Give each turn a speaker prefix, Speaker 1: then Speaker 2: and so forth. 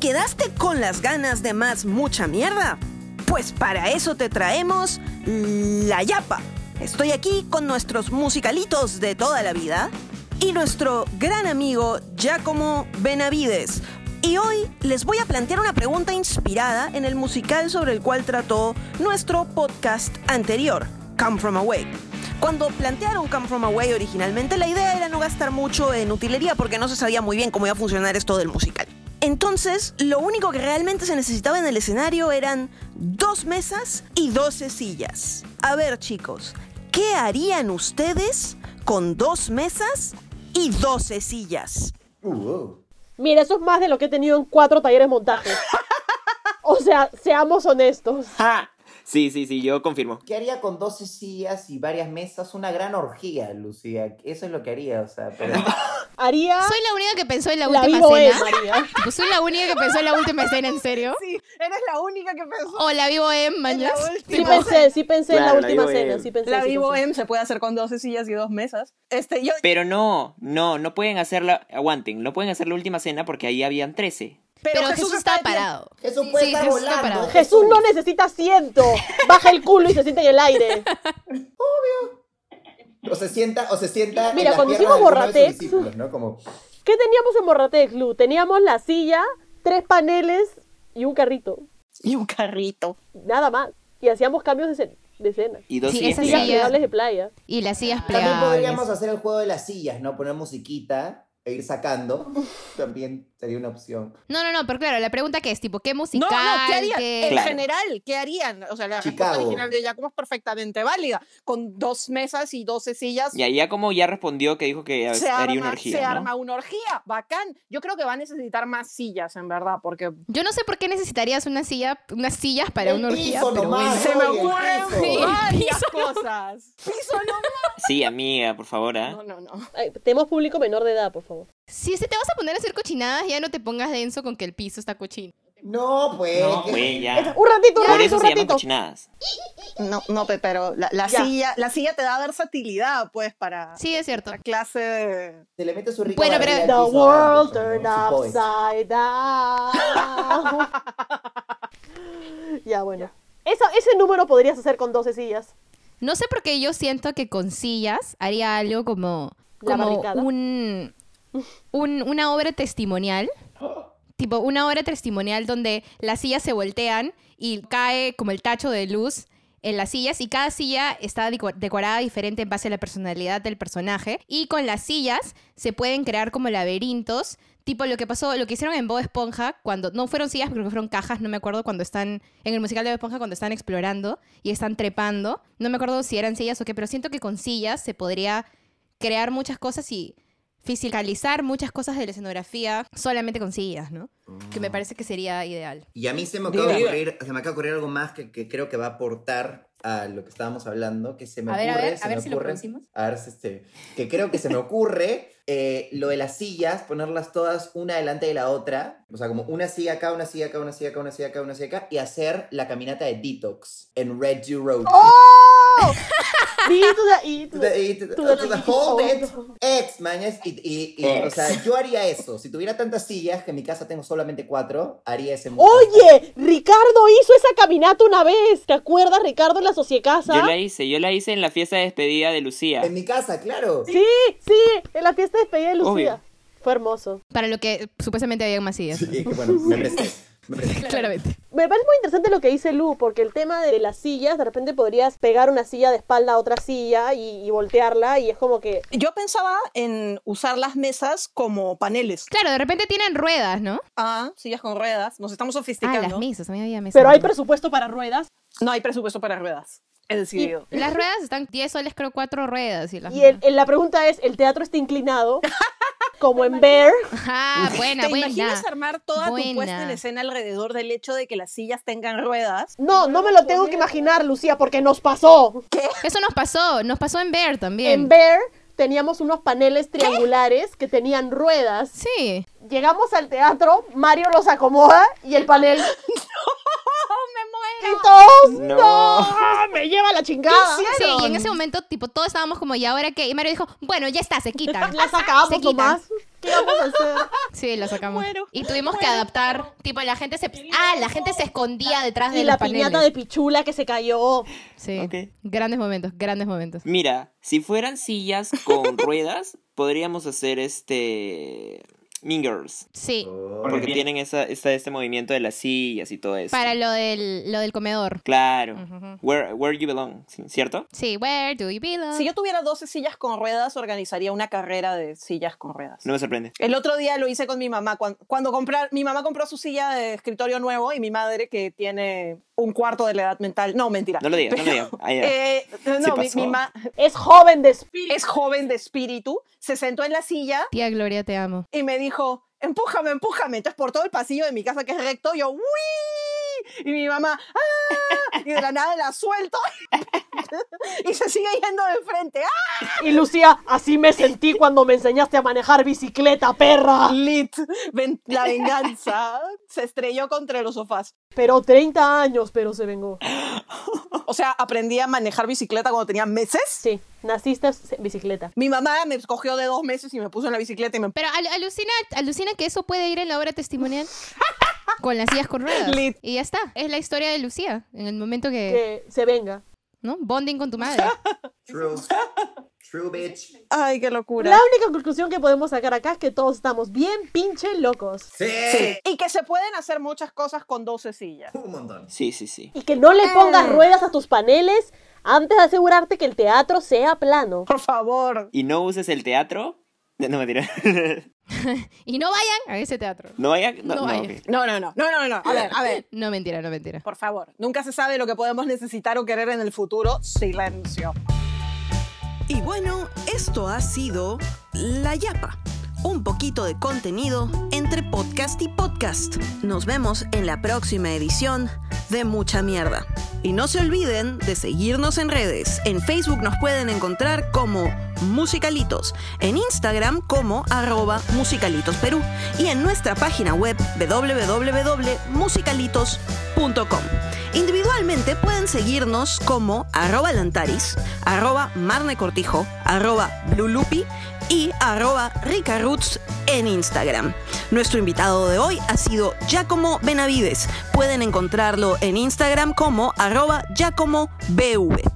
Speaker 1: quedaste con las ganas de más mucha mierda? Pues para eso te traemos La Yapa. Estoy aquí con nuestros musicalitos de toda la vida y nuestro gran amigo Giacomo Benavides. Y hoy les voy a plantear una pregunta inspirada en el musical sobre el cual trató nuestro podcast anterior, Come From Away. Cuando plantearon Come From Away originalmente, la idea era no gastar mucho en utilería porque no se sabía muy bien cómo iba a funcionar esto del musical. Entonces, lo único que realmente se necesitaba en el escenario eran dos mesas y 12 sillas. A ver, chicos, ¿qué harían ustedes con dos mesas y 12 sillas?
Speaker 2: Mira, eso es más de lo que he tenido en cuatro talleres montaje. O sea, seamos honestos.
Speaker 3: Ah, sí, sí, sí, yo confirmo.
Speaker 4: ¿Qué haría con 12 sillas y varias mesas? Una gran orgía, Lucía. Eso es lo que haría, o sea, pero...
Speaker 2: Haría.
Speaker 5: Soy la única que pensó en la,
Speaker 2: La
Speaker 5: última
Speaker 2: vivo es,
Speaker 5: cena.
Speaker 2: María.
Speaker 5: Tipo, Soy la única que pensó en la última cena, en serio.
Speaker 6: Sí, eres la única que pensó.
Speaker 5: O la vivo en mañana.
Speaker 6: la última.
Speaker 2: Sí pensé, sí pensé
Speaker 3: Claro,
Speaker 2: en
Speaker 3: la
Speaker 2: la última
Speaker 3: vivo
Speaker 2: cena.
Speaker 3: en-
Speaker 2: Sí pensé,
Speaker 6: La
Speaker 2: sí
Speaker 6: Vivo
Speaker 2: pensé.
Speaker 6: M se puede hacer con 12 sillas y dos mesas. Este, yo.
Speaker 3: Pero no, no, no pueden hacerla, aguanten, no pueden hacer la última cena porque ahí habían 13.
Speaker 6: Pero,
Speaker 5: Pero Jesús
Speaker 6: está
Speaker 5: estaba parado.
Speaker 4: Jesús puede
Speaker 5: Sí,
Speaker 4: estar
Speaker 5: Jesús está
Speaker 4: volando.
Speaker 5: parado.
Speaker 2: Jesús no necesita asiento. Baja el culo y se sienta en el aire.
Speaker 4: O se sienta, o se sienta. en
Speaker 2: Mira,
Speaker 4: las
Speaker 2: cuando
Speaker 4: piernas
Speaker 2: hicimos
Speaker 4: de alguno de sus
Speaker 2: Borratex-
Speaker 4: discípulos, ¿no? Como,
Speaker 2: ¿Qué teníamos en Morratex, Lu? Teníamos la silla, tres paneles y un carrito.
Speaker 6: Y un carrito.
Speaker 2: Nada más. Y hacíamos cambios de, ce- de cena.
Speaker 3: Y este dos
Speaker 5: Sí,
Speaker 3: sillas
Speaker 5: esa
Speaker 2: Sillas
Speaker 3: plegables.
Speaker 5: silla-
Speaker 2: plegables de playa.
Speaker 5: Y las sillas
Speaker 4: También podríamos
Speaker 5: plegables.
Speaker 4: hacer el juego de las sillas, ¿no? Poner musiquita e ir sacando. También sería una opción.
Speaker 5: No, no, no, pero claro, la pregunta que es, tipo, ¿qué
Speaker 6: No,
Speaker 5: musical?
Speaker 6: no, ¿qué Eh, harían?
Speaker 5: qué-
Speaker 6: En
Speaker 3: Claro.
Speaker 6: general, ¿qué harían? O sea, la respuesta
Speaker 4: Chicago.
Speaker 6: original de Giacomo es perfectamente válida. Con dos mesas y 12 sillas.
Speaker 3: Y ahí ya como ya respondió que dijo que
Speaker 6: Se,
Speaker 3: haría
Speaker 6: arma,
Speaker 3: una orgía.
Speaker 6: se
Speaker 3: ¿no?
Speaker 6: arma una orgía, bacán. Yo creo que va a necesitar más sillas, en verdad, porque
Speaker 5: Yo no sé por qué necesitarías una silla, unas sillas para
Speaker 4: El
Speaker 5: una orgía,
Speaker 4: piso
Speaker 5: pero
Speaker 4: nomás.
Speaker 5: bueno.
Speaker 6: se me
Speaker 4: oye,
Speaker 6: ocurren
Speaker 4: piso.
Speaker 6: varias cosas. Piso no.
Speaker 3: Sí, amiga, por favor, ¿ah?
Speaker 6: No, no, no.
Speaker 2: Ay, tenemos público menor de edad, por favor.
Speaker 5: Si se te vas a poner a hacer cochinadas, ya no te pongas denso con que el piso está cochino.
Speaker 4: No, pues.
Speaker 3: No,
Speaker 4: que-
Speaker 3: pues ya.
Speaker 2: Un ratito, un
Speaker 3: Por
Speaker 2: ratito,
Speaker 3: eso
Speaker 2: un
Speaker 3: se llaman
Speaker 2: ratito.
Speaker 3: cochinadas.
Speaker 6: No, no, pe- pero la, la
Speaker 2: Ya.
Speaker 6: silla, la silla te da versatilidad, pues, para
Speaker 5: Sí, es cierto.
Speaker 6: la clase de...
Speaker 4: Se le mete su rica
Speaker 5: Bueno,
Speaker 4: barriga
Speaker 5: pero-
Speaker 4: al
Speaker 2: The
Speaker 4: piso,
Speaker 2: world
Speaker 4: ¿no?
Speaker 2: turned
Speaker 4: Su poe.
Speaker 2: upside down. ya, bueno. Eso, ese número podrías hacer con 12 sillas.
Speaker 5: No sé por qué yo siento que con sillas haría algo como,
Speaker 2: La
Speaker 5: como
Speaker 2: barricada.
Speaker 5: un, un- una obra testimonial. Tipo, una obra testimonial donde las sillas se voltean y cae como el tacho de luz en las sillas y cada silla está deco- decorada diferente en base a la personalidad del personaje y con las sillas se pueden crear como laberintos tipo lo que pasó lo que hicieron en Bob Esponja cuando no fueron sillas creo que fueron cajas no me acuerdo cuando están en el musical de Bob Esponja cuando están explorando y están trepando no me acuerdo si eran sillas o qué pero siento que con sillas se podría crear muchas cosas y fisicalizar muchas cosas de la escenografía solamente con sillas no que me parece que sería ideal
Speaker 4: Y a mí se me acaba de
Speaker 6: Diga.
Speaker 4: ocurrir, se me acaba de ocurrir algo más que, que creo que va a aportar a lo que estábamos hablando, que se me
Speaker 7: A ver,
Speaker 4: ocurre,
Speaker 7: a ver,
Speaker 4: se
Speaker 7: a ver
Speaker 4: me
Speaker 7: si lo
Speaker 4: ocurre-
Speaker 7: producimos.
Speaker 4: a ver si este, que creo que se me ocurre eh, lo de las sillas, ponerlas todas una delante de la otra, o sea, como una silla acá, una silla acá, una silla acá, una silla acá, una silla acá, y hacer la caminata de detox en Red You Road.
Speaker 7: ¡Oh!
Speaker 2: Be to the- y to
Speaker 4: To
Speaker 2: the-
Speaker 4: the- to the-
Speaker 2: to the-
Speaker 4: to the whole
Speaker 2: oh,
Speaker 4: bit.
Speaker 2: no.
Speaker 4: Ex, mañas. Y, y- y, o
Speaker 3: Ex.
Speaker 4: sea, yo haría eso. Si tuviera tantas sillas, que en mi casa tengo solamente cuatro, haría ese
Speaker 2: Oye, Ricardo hizo esa caminata una vez. ¿Te acuerdas, Ricardo, en la sociecasa?
Speaker 3: Yo la hice, yo la hice en la fiesta de despedida de Lucía.
Speaker 4: En mi casa, claro.
Speaker 2: Sí, sí, en la fiesta de despedida de Lucía.
Speaker 3: Obvio.
Speaker 2: Fue hermoso.
Speaker 5: para lo que supuestamente había más sillas
Speaker 4: Y que, bueno, me presté. Me presté.
Speaker 5: claramente
Speaker 2: Me parece muy interesante lo que dice Lu, porque el tema de las sillas, de repente podrías pegar una silla de espalda a otra silla y, y voltearla, y es como que.
Speaker 6: Yo pensaba en usar las mesas como paneles.
Speaker 5: claro de repente tienen ruedas no
Speaker 6: Ah, sillas con ruedas. Nos estamos
Speaker 5: ah
Speaker 6: sofisticando.
Speaker 5: las mesas también había mesas
Speaker 2: Pero hay
Speaker 5: ¿no?
Speaker 2: presupuesto para ruedas.
Speaker 6: no hay presupuesto para ruedas. He
Speaker 5: Y
Speaker 6: decidido.
Speaker 5: las ruedas están 10 soles, creo, cuatro ruedas. Y, las
Speaker 2: Y el- el- la pregunta es: ¿el teatro está inclinado? Como en Bear.
Speaker 5: Ajá, Ah, buena,
Speaker 6: ¿Te
Speaker 5: buena.
Speaker 6: imaginas armar toda tu puesta en
Speaker 5: Buena.
Speaker 6: escena alrededor del hecho de que las sillas tengan ruedas?
Speaker 2: No, no me lo tengo que imaginar, Lucía, porque nos pasó.
Speaker 5: Eso nos pasó, nos pasó en Bear también.
Speaker 2: En Bear teníamos unos paneles triangulares que tenían ruedas.
Speaker 5: Sí.
Speaker 2: Llegamos al teatro, Mario los acomoda y el panel. ¡No! ¡Me muero! ¡Y todos!
Speaker 3: No.
Speaker 2: ¡No! ¡Me lleva la chingada!
Speaker 5: Sí, y en ese momento, tipo, todos estábamos como, ¿y ahora qué? Y Mario dijo, bueno, ya está, se quitan.
Speaker 2: Las sacamos
Speaker 5: se quitan.
Speaker 2: nomás. ¿Qué vamos a hacer?
Speaker 5: Sí, lo sacamos.
Speaker 6: Muero.
Speaker 5: y tuvimos que adaptar, tipo, la gente se... Ah, la gente se escondía detrás Ah, de
Speaker 2: Y la
Speaker 5: los paneles.
Speaker 2: piñata de pichula que se cayó.
Speaker 5: Sí,
Speaker 3: Ok.
Speaker 5: grandes momentos, grandes momentos.
Speaker 3: Mira, si fueran sillas con ruedas, podríamos hacer este. Mingers.
Speaker 5: Sí,
Speaker 4: Oh,
Speaker 3: Porque tienen esa, esa- este movimiento de las sillas y todo eso.
Speaker 5: para lo del, lo del comedor.
Speaker 3: Claro.
Speaker 5: Ujú.
Speaker 3: where, where you belong, ¿sí? ¿cierto?
Speaker 5: Sí, where do you belong?
Speaker 6: Si yo tuviera 12 sillas con ruedas, organizaría una carrera de sillas con ruedas.
Speaker 3: No me sorprende.
Speaker 6: El otro día lo hice con mi mamá. Cuando, cuando comprar, mi mamá compró su silla de escritorio nuevo y mi madre, que tiene un cuarto de la edad mental. No, mentira.
Speaker 3: No lo digas, no lo digas. Ahí va.
Speaker 6: Eh,
Speaker 3: Se
Speaker 6: no, mi,
Speaker 3: pasó.
Speaker 6: mi ma-
Speaker 2: Es joven de espíritu.
Speaker 6: es joven de espíritu, se sentó en la silla
Speaker 5: Tía Gloria, te amo.
Speaker 6: y me dijo, empújame, empújame. Entonces por todo el pasillo de mi casa que es recto, yo, "Uy". Y mi mamá, ¡ah! Y de la nada la suelto y se sigue yendo de frente. ¡Ah!
Speaker 2: Y Lucía, así me sentí cuando me enseñaste a manejar bicicleta, perra.
Speaker 6: Lit, Ven- la venganza se estrelló contra los sofás.
Speaker 2: Pero 30 años, pero se vengó.
Speaker 6: O sea, aprendí a manejar bicicleta cuando tenía meses.
Speaker 2: Sí, naciste en bicicleta.
Speaker 6: Mi mamá me escogió de dos meses y me puso en la bicicleta y me...
Speaker 5: Pero al- alucina, alucina que eso puede ir en la obra testimonial. Con las sillas con ruedas.
Speaker 6: Lit.
Speaker 5: Y ya está. Es la historia de Lucía. En el momento que.
Speaker 2: Que se venga.
Speaker 5: ¿No? Bonding con tu madre.
Speaker 4: True. True, bitch.
Speaker 6: Ay, qué locura.
Speaker 2: La única conclusión que podemos sacar acá es que todos estamos bien pinche locos.
Speaker 4: Sí.
Speaker 6: Y que se pueden hacer muchas cosas con 12 sillas.
Speaker 4: Un montón.
Speaker 3: Sí, sí, sí.
Speaker 2: Y que no le pongas
Speaker 6: Eh.
Speaker 2: ruedas a tus paneles antes de asegurarte que el teatro sea plano.
Speaker 6: Por favor.
Speaker 3: Y no uses el teatro. No me
Speaker 5: Y no vayan a ese teatro.
Speaker 3: No vaya. No,
Speaker 5: No
Speaker 3: no,
Speaker 5: vayan.
Speaker 3: ok.
Speaker 6: No, no, no, no, no, no. A ver, a ver.
Speaker 5: No, mentira, no, mentira.
Speaker 6: Por favor, nunca se sabe lo que podemos necesitar o querer en el futuro. Silencio.
Speaker 1: Y bueno, esto ha sido La Yapa. Un poquito de contenido entre podcast y podcast. Nos vemos en la próxima edición de Mucha Mierda. Y no se olviden de seguirnos en redes. En Facebook nos pueden encontrar como Musicalitos, en Instagram como arroba Musicalitos Perú y en nuestra página web www.musicalitos.com. Individualmente pueden seguirnos como arroba lantaris, arroba marnecortijo, arroba blulupi y arroba ricaroots en Instagram. Nuestro invitado de hoy ha sido Giacomo Benavides. Pueden encontrarlo en Instagram como arroba giacomobv.